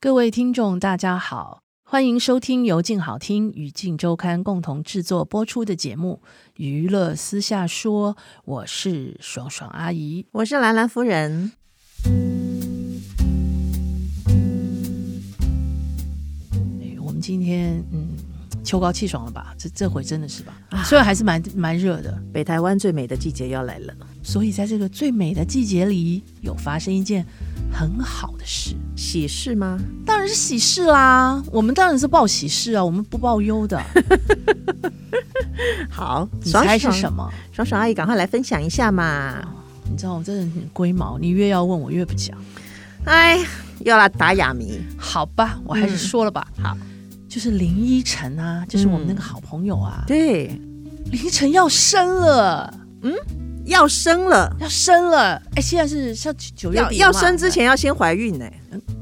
各位听众，大家好，欢迎收听由静好听与静周刊共同制作播出的节目《娱乐私下说》，我是爽爽阿姨。我是兰兰夫人。哎我们今天嗯，秋高气爽了吧？这这回真的是吧？啊虽然还是蛮蛮热的，北台湾最美的季节要来了，所以在这个最美的季节里，有发生一件很好的事。喜事吗？当然是喜事啦，我们当然是报喜事啊，我们不报忧 的。好，你猜是爽什么？爽爽阿姨，赶快来分享一下嘛！你知道我真的很龟毛，你越要问我越不讲。哎，又来打哑谜。好吧，我嗯还是说了吧。好，就是林依晨啊，就是我们那个好朋友啊，嗯对，林依晨要生了，要生了，要生了。哎，现在是像九九月要底要嘛生之，前要先怀孕呢、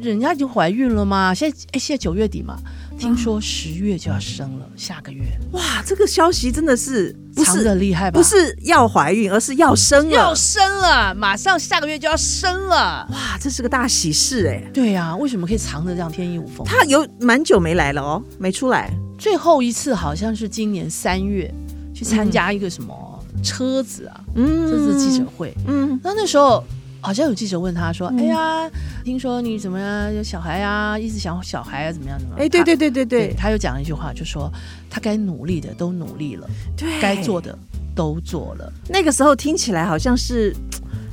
人家已经怀孕了嘛。现在哎，现在九月底嘛，听说十月就要生了，下个月。哇，这个消息真的是不藏的是厉害吧？不是要怀孕，而是要生了要。生了，马上下个月就要生了。哇，这是个大喜事哎、对呀、为什么可以藏得这样天衣无缝？她有蛮久没来了哦，没出来。最后一次好像是今年三月去参加一个什么车子啊，嗯，车子记者，会。嗯，那那时候好像有记者问他说：“哎呀，听说你怎么样有小孩啊，一直想要小孩啊，怎么样怎么样？”哎，对他对对对对他又讲了一句话，就说他该努力的都努力了，对，该做的哎都做了。那个时候听起来好像是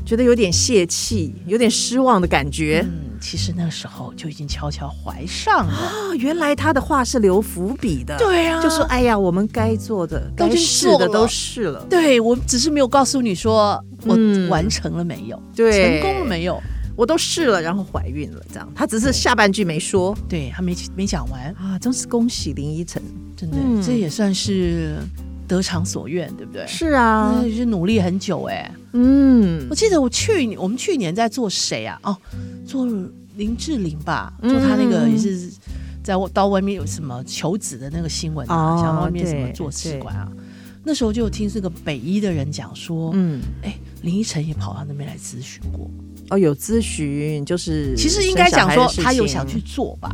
觉得有点泄气，有点失望的感觉。嗯，其实那时候就已经悄悄怀上了。 哦，原来他的话是留伏笔的，、对啊就说哎呀，我们该做的、都已该经试做的了都试了，对我只是没有告诉你说我嗯完成了没有，对成功了没有？我都试了，然后怀孕了，这样。他只是下半句没说对，还没没讲完，啊，真是恭喜林依晨。真的，嗯这也算是得偿所愿，对不对？是啊那，也是努力很久哎、嗯我记得我去年我们去年在做谁啊？哦，做林志玲吧，嗯做她那个也是在到外面有什么求子的那个新闻啊，哦像外面什么对做试管啊。那时候就有听这个北医的人讲说，嗯，哎、林依晨也跑到那边来咨询过。哦，有咨询，就是其实应该讲说他有有想去做吧。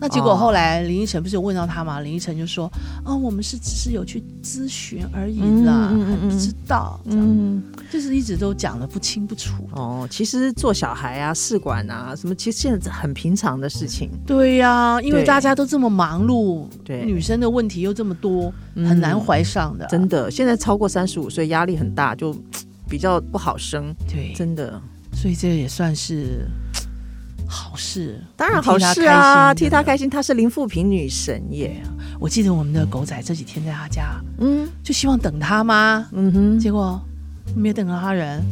那结哦果后来林依晨不是有问到他吗？林依晨就说：“哦，我们是只是有去咨询而已啦，嗯嗯嗯嗯还不知道，这样嗯，就是一直都讲的不清不楚。哦，其实做小孩啊、试管啊什么，其实现在很平常的事情，对呀、因为对大家都这么忙碌，对嗯女生的问题又这么多，很难怀上的、真的。现在超过三十五岁，压力很大，就比较不好生，对，真的。所以这也算是好事，当然替她好事开心啊，替她真的开心，她是林富平女神对耶。啊。我记得我们的狗仔这几天在他家，嗯就希望等他吗？嗯哼，结果没有等到他人，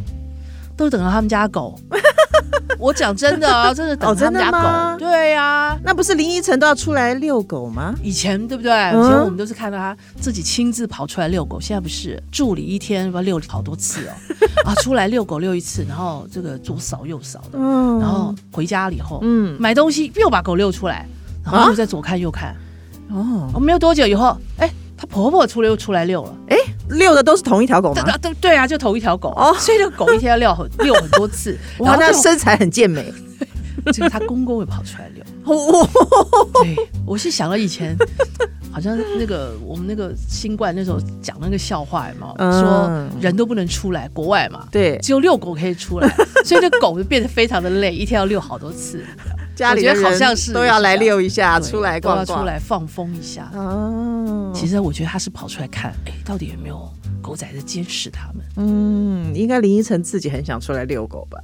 都等到他们家狗。 我讲真的啊，真的等哦他真们的家狗。吗对呀、啊，那不是林依晨都要出来遛狗吗？以前对不对？嗯以前我们都是看到他自己亲自跑出来遛狗，现在不是助理一天不知道遛好多次 哦，啊，出来遛狗遛一次，然后这个左扫右扫的，嗯，然后回家了以后，嗯买东西又把狗遛出来，然后又再左看右看，哦，哦，没有多久以后，哎，她婆婆出来又出来遛了。遛的都是同一条狗对吗？对对对啊，就同一条狗，哦所以这个狗一天要遛很遛很多次，然 哇，后那这种身材很 健美。这个它公公会跑出来遛。哦对，我是想到以前 好像那个我们那个新冠那时候讲那个笑话嘛，嗯说人都不能出来，国外嘛，对，只有遛狗可以出来，所以这狗就变得非常的累， 一天要遛好多次，家里的我觉得好人像是都要来遛一下，对出来都要逛出逛。来放风一下。哦，其实我觉得他是跑出来看，哎，到底有没有狗仔在监视他们？嗯，应该林依晨自己很想出来遛狗吧？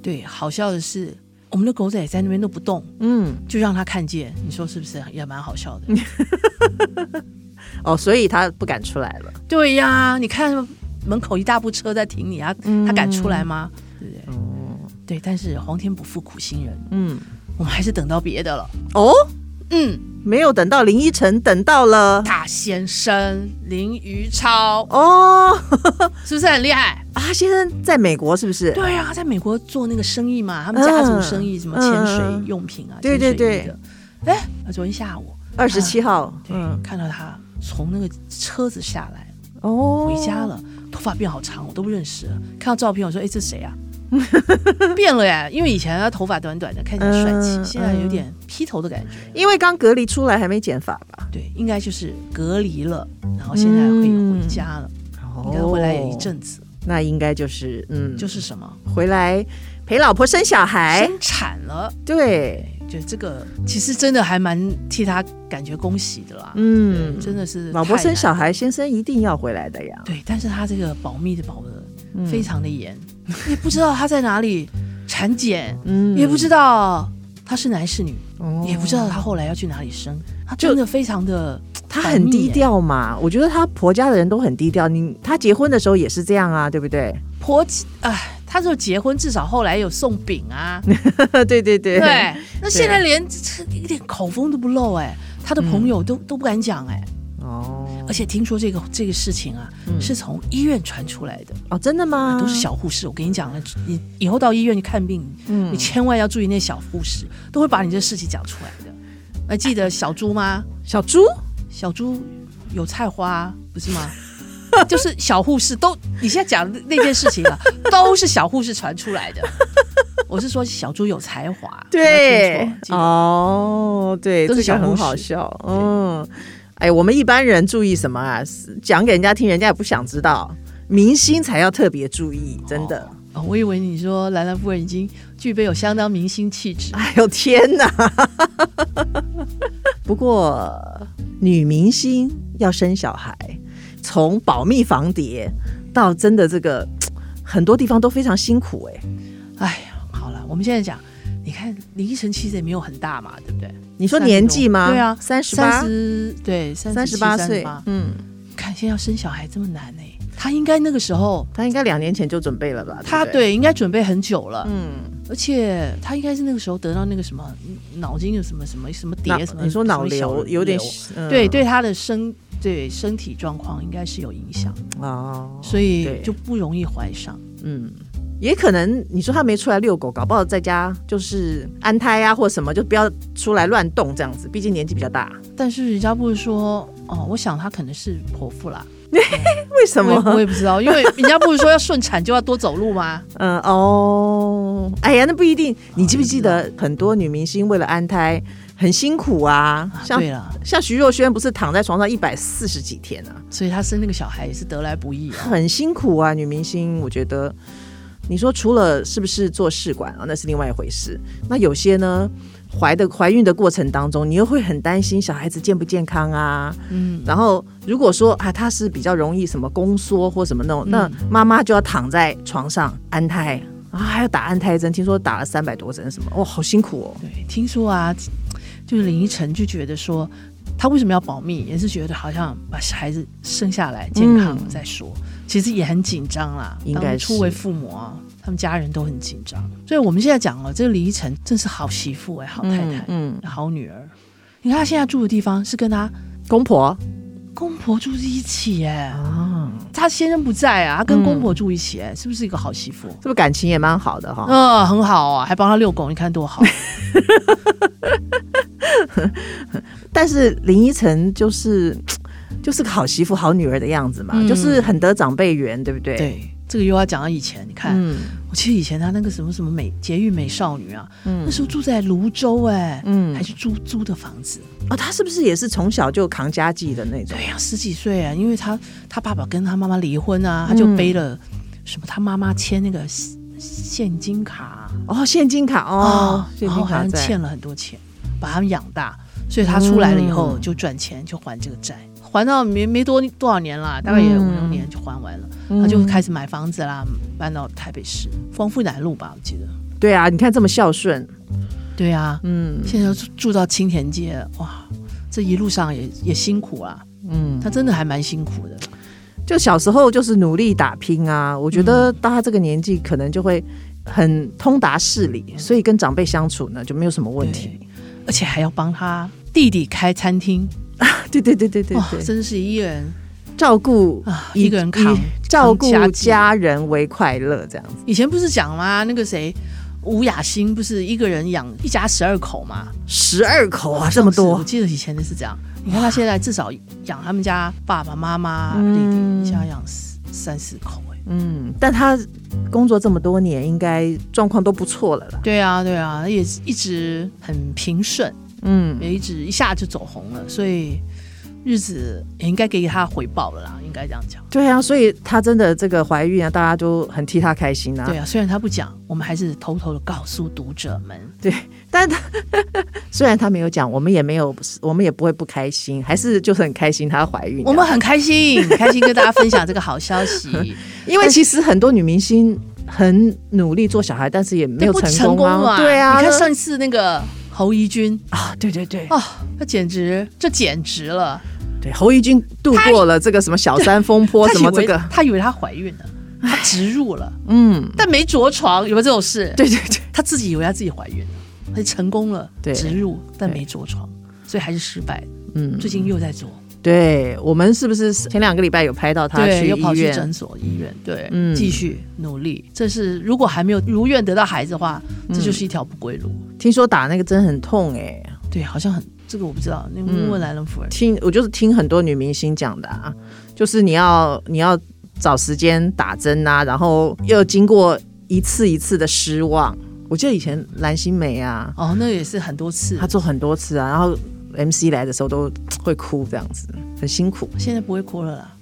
对，好笑的是，我们的狗仔在那边都不动。嗯，就让他看见，你说是不是也蛮好笑的？哦，所以他不敢出来了。对呀、嗯你看门口一大部车在停你啊，他敢出来吗？对不对？对，但是皇天不负苦心人，嗯，我们还是等到别的了。哦，嗯，没有等到林依晨，等到了大先生林于超哦， 是不是很厉害？啊先生在美国是不是？对啊，他在美国做那个生意嘛，他们家族生意，嗯什么潜嗯水嗯用品啊，对潜水对衣的。哎，昨天下午，二十七号，啊对，嗯，看到他从那个车子下来，哦，回家了，头发变好长，我都不认识了。看到照片，我说：“哎，这谁啊？” 变了耶，因为以前他头发短短的，看起来帅气，嗯现在有嗯点披头的感觉。因为刚隔离出来还没剪发吧？对，应该就是隔离了，然后现在可以回家嗯了，应该回来有一阵子。哦那应该就是嗯，就就是什么回来陪老婆生小孩，生产了，对，就这个其实真的还蛮替他感觉恭喜的啦。嗯，真的是老婆太生难小孩，先生一定要回来的呀，对，但是他这个保密的保的嗯非常的严，也不知道他在哪里产检，嗯也不知道他是男是女，哦也不知道他后来要去哪里生，他真的非常的她很低，调嘛，我觉得她婆家的人都很低调。你她结婚的时候也是这样啊，对不对？ 婆哎，他就结婚至少后来有送饼 啊，对对对对，那现在连这一点口风都不露哎、他的朋嗯友都、都不敢讲哎、哦而且听说这个这个事情啊，嗯是从医院传出来的。哦，真的吗？啊都是小护士，我跟你讲了，你以后到医院去看病，嗯你千万要注意那小护士，都会把你这事情讲出来的。还记得小猪吗？小猪，小猪有菜花，啊不是吗？ 就是小护士都，你现在讲的那件事情 啊，都是小护士传出来的。我是说小猪有才华，不要对听错记得哦，对，都是这个小很护士好笑，嗯。哎，我们一般人注意什么啊？讲给人家听，人家也不想知道。明星才要特别注意，真的。哦我以为你说兰兰夫人已经具备有相当明星气质，哎呦天哪！ 不过女明星要生小孩，从保密防谍到真的这个很多地方都非常辛苦哎、哎呀，好了，我们现在讲，你看林依晨其实也没有很大嘛，对不对？你说年纪吗？对啊，三十八三，十对三三十八岁。嗯，看现在要生小孩这么难呢、他应该那个时候，她应该两年前就准备了吧？他对不对，对应该准备很久了，嗯，而且他应该是那个时候得到那个什么嗯脑筋有什么什么什么脑蝶什么，你说脑什么小瘤有点瘤，嗯对对他的身对身体状况应该是有影响，哦，所对以就不容易怀上。嗯。也可能你说她没出来遛狗，搞不好在家就是安胎啊，或什么，就不要出来乱动这样子。毕竟年纪比较大，但是人家不是说哦，我想他可能是剖腹啦，为什我也么我？也不知道，因为人家不是说要顺产就要多走路吗？嗯哦，哎呀，那不一定。你记不记得很多女明星为了安胎很辛苦啊？啊像对了，像徐若瑄不是躺在床上一百四十几天啊，所以他生那个小孩也是得来不易啊。很辛苦啊。女明星，我觉得你说除了是不是做试管啊，那是另外一回事。那有些呢，怀的怀孕的过程当中，你又会很担心小孩子健不健康啊。嗯，然后如果说啊，她是比较容易什么宫缩或什么那种，嗯那妈妈就要躺在床上安胎。啊，还要打安胎针，听说打了三百多针，什么哦，好辛苦哦。对，听说啊，就是林依晨就觉得说，他为什么要保密，也是觉得好像把孩子生下来健康了再说，其实也很紧张啦。嗯应该当是初为父母啊，他们家人都很紧张。所以我们现在讲了，这个林依晨真是好媳妇哎、好太太，嗯，好女儿。你看她现在住的地方是跟她公婆公婆住在一起哎、啊，她先生不在啊，她嗯跟公婆住一起哎、是不是一个好媳妇？是不是感情也蛮好的哈？嗯、很好啊，还帮她遛狗，你看多好。啊但是林依晨就是就是个好媳妇、好女儿的样子嘛，嗯就是很得长辈缘，对不对？，对，这个又要讲到以前，你看，嗯我记得以前她那个什么什么美节育美少女啊，那嗯时候住在泸州哎、嗯还是租租的房子。哦，她是不是也是从小就扛家计的那种？对呀、十几岁啊，因为她她爸爸跟她妈妈离婚啊，她就嗯背了什么她妈妈签那个现现金卡哦，现金卡哦，啊现然后好金卡像在欠了很多钱，把他们养大，所以她出来了以后嗯就赚钱就还这个债。还到没没多多少年啦，大概也嗯五六年就还完了，她就开始买房子啦，搬到台北市光复南路吧，我记得。对啊，你看这么孝顺，对啊，嗯现在要住住到青田街，哇，这一路上也也辛苦啊，嗯，他真的还蛮辛苦的。嗯就小时候就是努力打拼啊，我觉得到他这个年纪可能就会很通达事理，所以跟长辈相处呢就没有什么问题。而且还要帮他弟弟开餐厅，对对对对对哇，对，真是一人。照顾啊以一个人扛以照顾扛家计家人为快乐这样子。以前不是讲吗？那个谁，吴雅欣不是一个人养一家十二口吗？十二口啊，这这么我多，记得以前的是这样。你看他现在至少养他们家爸爸妈妈、弟嗯弟，一家养四三四口、哎，嗯，但他工作这么多年，应该状况都不错了啦。对啊，对啊，也一直很平顺，嗯，也一直一下就走红了，所以日子也应该给他回报了啦，应该这样讲。对啊，所以她真的这个怀孕啊，大家都很替她开心啊。对啊，虽然他不讲，我们还是偷偷的告诉读者们， 但她虽然她没有讲，我们也没有，我们也不会不开心，还是就是很开心她怀孕啊、我们很开心，很 开心跟大家分享这个好消息。因为其实很多女明星很努力做小孩，但是也没有不成功啊。啊！对啊，你看那上次那个侯怡君啊，对对对，哦，那简直这简直了，对侯怡君度过了这个什么小三风波她什么以为这个，她以为她怀孕了，她植入 了，嗯，但没着床，有没有这种事？对对对，她自己以为她自己怀孕了，她成功了，对植入但没着床，所以还是失败。嗯，最近又在做，对我们是不是前两个礼拜有拍到她对，去又跑医去院？诊所、医院，对，嗯继续努力。这是如果还没有如愿得到孩子的话，嗯这就是一条不归路。听说打那个针很痛哎、对，好像很这个我不知嗯道，你问问莱伦夫人。听我就是听很多女明星讲的啊，就是你要你要找时间打针啊，然后又经过一次一次的失望。我记得以前蓝心湄啊，哦，那也是很多次她，做很多次啊，然后 MC 来的时候都会哭这样子，很辛苦。 现在不会哭了啦。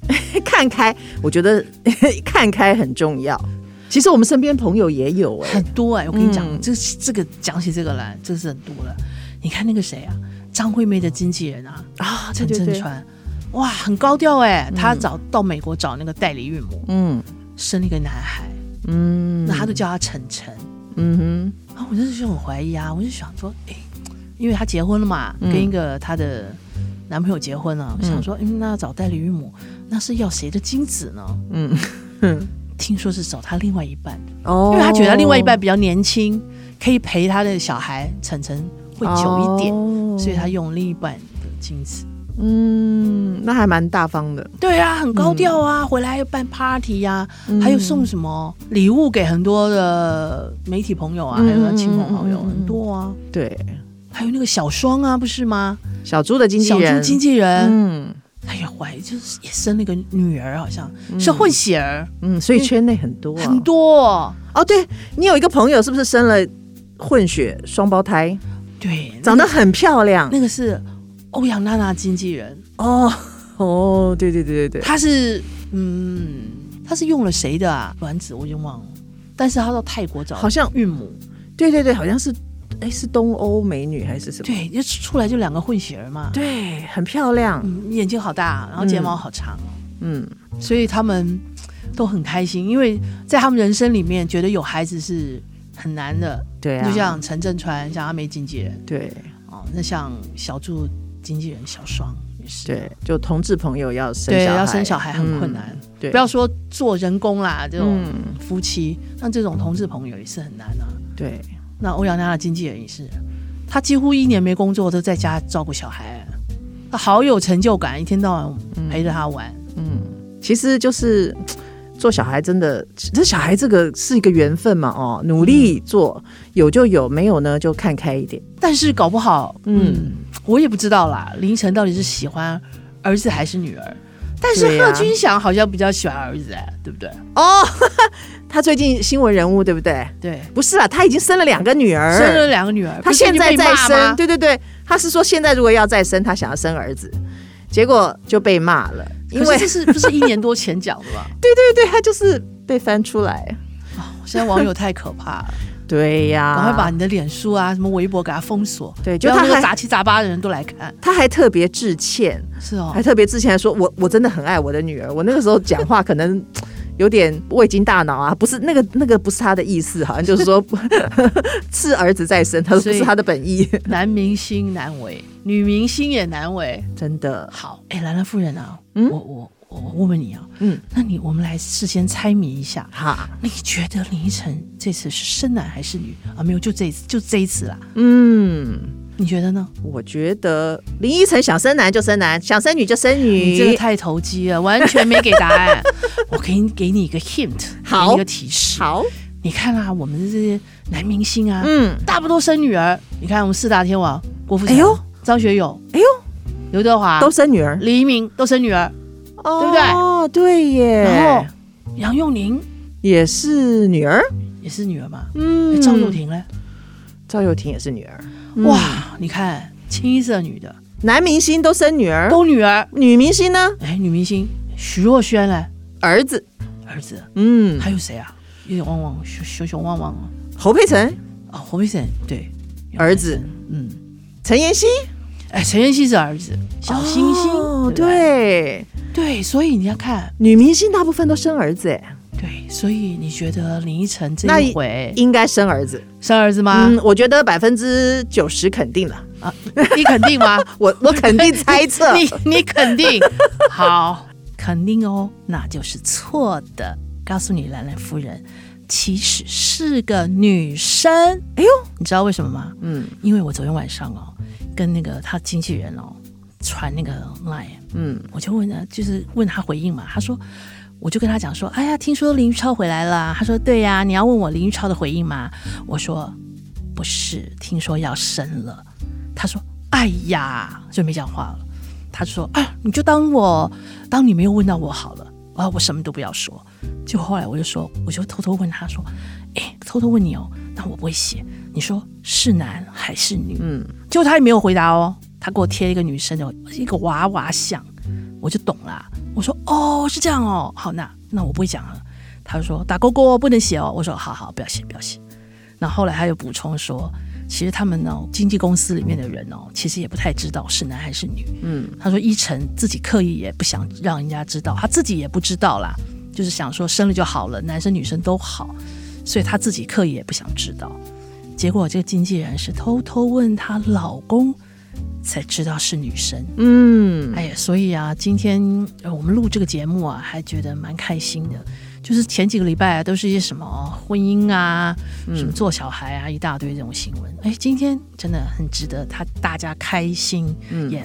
看开，我觉得 看开很重要。其实我们身边朋友也有哎、很多哎、我跟你讲，嗯这这个讲起这个来，这是很多了。你看那个谁啊，张惠妹的经纪人啊，啊，陈对振对嗯对川，哇，很高调哎、他找到美国找那个代理孕母，嗯生了一个男孩，嗯那他就叫他晨晨。嗯啊，我那时候很怀疑啊，我就想说，哎、因为她结婚了嘛，嗯跟一个她的男朋友结婚了，我想说，嗯，那找代理孕母，那是要谁的精子呢？哼嗯 哼， 听说是找她另外一半。哦因为他觉得另外一半比较年轻，可以陪他的小孩晨晨会久一点，哦所以他用另一半的精子。嗯，那还蛮大方的。对啊，很高调啊，回来又办 party 呀、还有送什么礼物给很多的媒体朋友啊，嗯还有他亲朋好友、嗯嗯嗯很多啊，对，还有那个小双啊，不是吗？小猪的经纪小人，猪经纪人，嗯哎呀，怀就是也生了一个女儿，好像、是混血儿，嗯，所以圈内很多、啊、嗯很多。哦。对你有一个朋友是不是生了混血双胞胎，对，那长得很漂亮那个是欧阳娜娜经纪人。哦哦，对对对对对，他是嗯，他是用了谁的啊？卵子我已经忘了，但是他到泰国找好像孕母，对对对，好像是哎是东欧美女还是什么？对，就出来就两个混血儿嘛，对，很漂亮，嗯，眼睛好大，然后睫毛好长，嗯所以他们都很开心，因为在他们人生里面，觉得有孩子是很难的，对啊，就像陈振川，像阿梅经纪人对哦，那像小祝经纪人小双也是，对，就同志朋友要生对，小孩，要生小孩很困难，嗯，对，不要说做人工啦，这种嗯夫妻，那这种同志朋友也是很难啊。对，那欧阳娜娜经纪人也是，她几乎一年没工作，都在家照顾小孩，她好有成就感，一天到嗯晚陪着他玩。其实就是嘖做小孩真的，这小孩这个是一个缘分嘛，哦，努力做，有就有，没有呢就看开一点。但是搞不好，嗯嗯，我也不知道啦，凌晨到底是喜欢儿子还是女儿？但是对呀贺军翔好像比较喜欢儿子、哎，对不对？他最近新闻人物对不对？对，不是啦，他已经生了两个女儿，生了两个女儿，他不是已现经在被再骂吗生，？对对对，他是说现在如果要再生，他想要生儿子，结果就被骂了，因可为是这是不是一年多前讲的吧？对对对，他就是被翻出来。 现在网友太可怕 了，对呀、赶快把你的脸书啊、什么微博给他封锁，对就就让他那个还杂七杂八的人都来看。他还特别致歉，是哦还，特别之前还说我我真的很爱我的女儿，我那个时候讲话可能。 有点未经大脑啊，不是那个那个不是他的意思，好像就是说 是儿子在生，他说所不以是他的本意，男明星难为，女明星也难为。真的好，哎，兰兰夫人啊，我我我我问你啊，嗯，那你我们来事先猜谜一下，哈，你觉得林依晨这次是生男还是女啊？没有，就这一次，就这一次啦。嗯，你觉得呢？我觉得林依晨想生男就生男，想生女就生你这个女。太投机了，完全没给答案。 我给你给你一个 hint，给好你一个提示。好，你看啊，我们这些男明星啊，嗯，大部都生女儿。你看我们四大天王，郭富城、哎呦张学友、哎呦，刘德华、都生女儿，黎明都生女儿，哦对不对哦，对耶。然后杨佑宁也是女儿，也是女儿嘛，嗯嗯哎赵又，廷嘞，赵又廷也是女儿，哇，你看清一色女的男明星都生女儿，都女儿，女明星呢哎，女明星徐若瑄嘞，儿子，儿子，嗯，还有谁啊？有点汪汪，熊熊熊汪汪啊，侯佩岑、哦，侯佩岑对，儿子，嗯，陈妍希，哎，陈妍希是儿子，小星星，哦不对，对，所以你要看，女明星大部分都生儿子，哎，对，所以你觉得林依晨这那一回应该生儿子，生儿子吗？嗯，我觉得百分之九十肯定了，啊， 你肯定吗？我我肯定猜 测， 你你肯定好，肯定哦，那就是错的。告诉你，兰兰夫人其实是个女生。哎呦，你知道为什么吗？嗯因为我昨天晚上哦，跟那个他经纪人哦传那个 line，嗯，我就问他，就是问他回应嘛，他说。我就跟他讲说，哎呀，听说林玉超回来了。他说，对呀、你要问我林玉超的回应吗？我说，不是，听说要生了。他说，哎呀，就没讲话了。他说，啊，你就当我当你没有问到我好了，啊，我什么都不要说。就后来我就说，我就偷偷问他说，哎，偷偷问你哦，那我不会写，你说是男还是女？嗯，结果他也没有回答哦，他给我贴一个女生的一个娃娃像，我就懂啦。我说哦，是这样哦，好，那那我不会讲了。他就说打勾勾哦不能写哦，我说好好，不要写，不要写。那后来他又补充说，其实他们呢、经纪公司里面的人哦，其实也不太知道是男还是女。嗯，他说依晨自己刻意也不想让人家知道，他自己也不知道啦，就是想说生了就好了，男生女生都好，所以他自己刻意也不想知道。结果这个经纪人是偷偷问她老公，才知道是女生。嗯，哎呀，所以啊，今天呃我们录这个节目啊，还觉得蛮开心的。就是前几个礼拜啊，都是一些什么哦婚姻啊，嗯什么做小孩啊，一大堆这种新闻。哎，今天真的很值得他大家开心，嗯也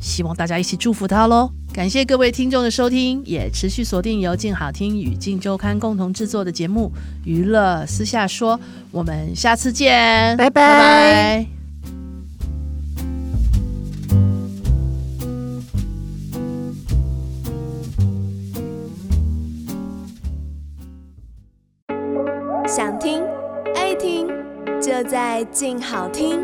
希望大家一起祝福他喽。感谢各位听众的收听，也持续锁定由静好听与静周刊共同制作的节目《娱乐私下说》，我们下次见，拜拜拜拜想听爱听，就在静好听。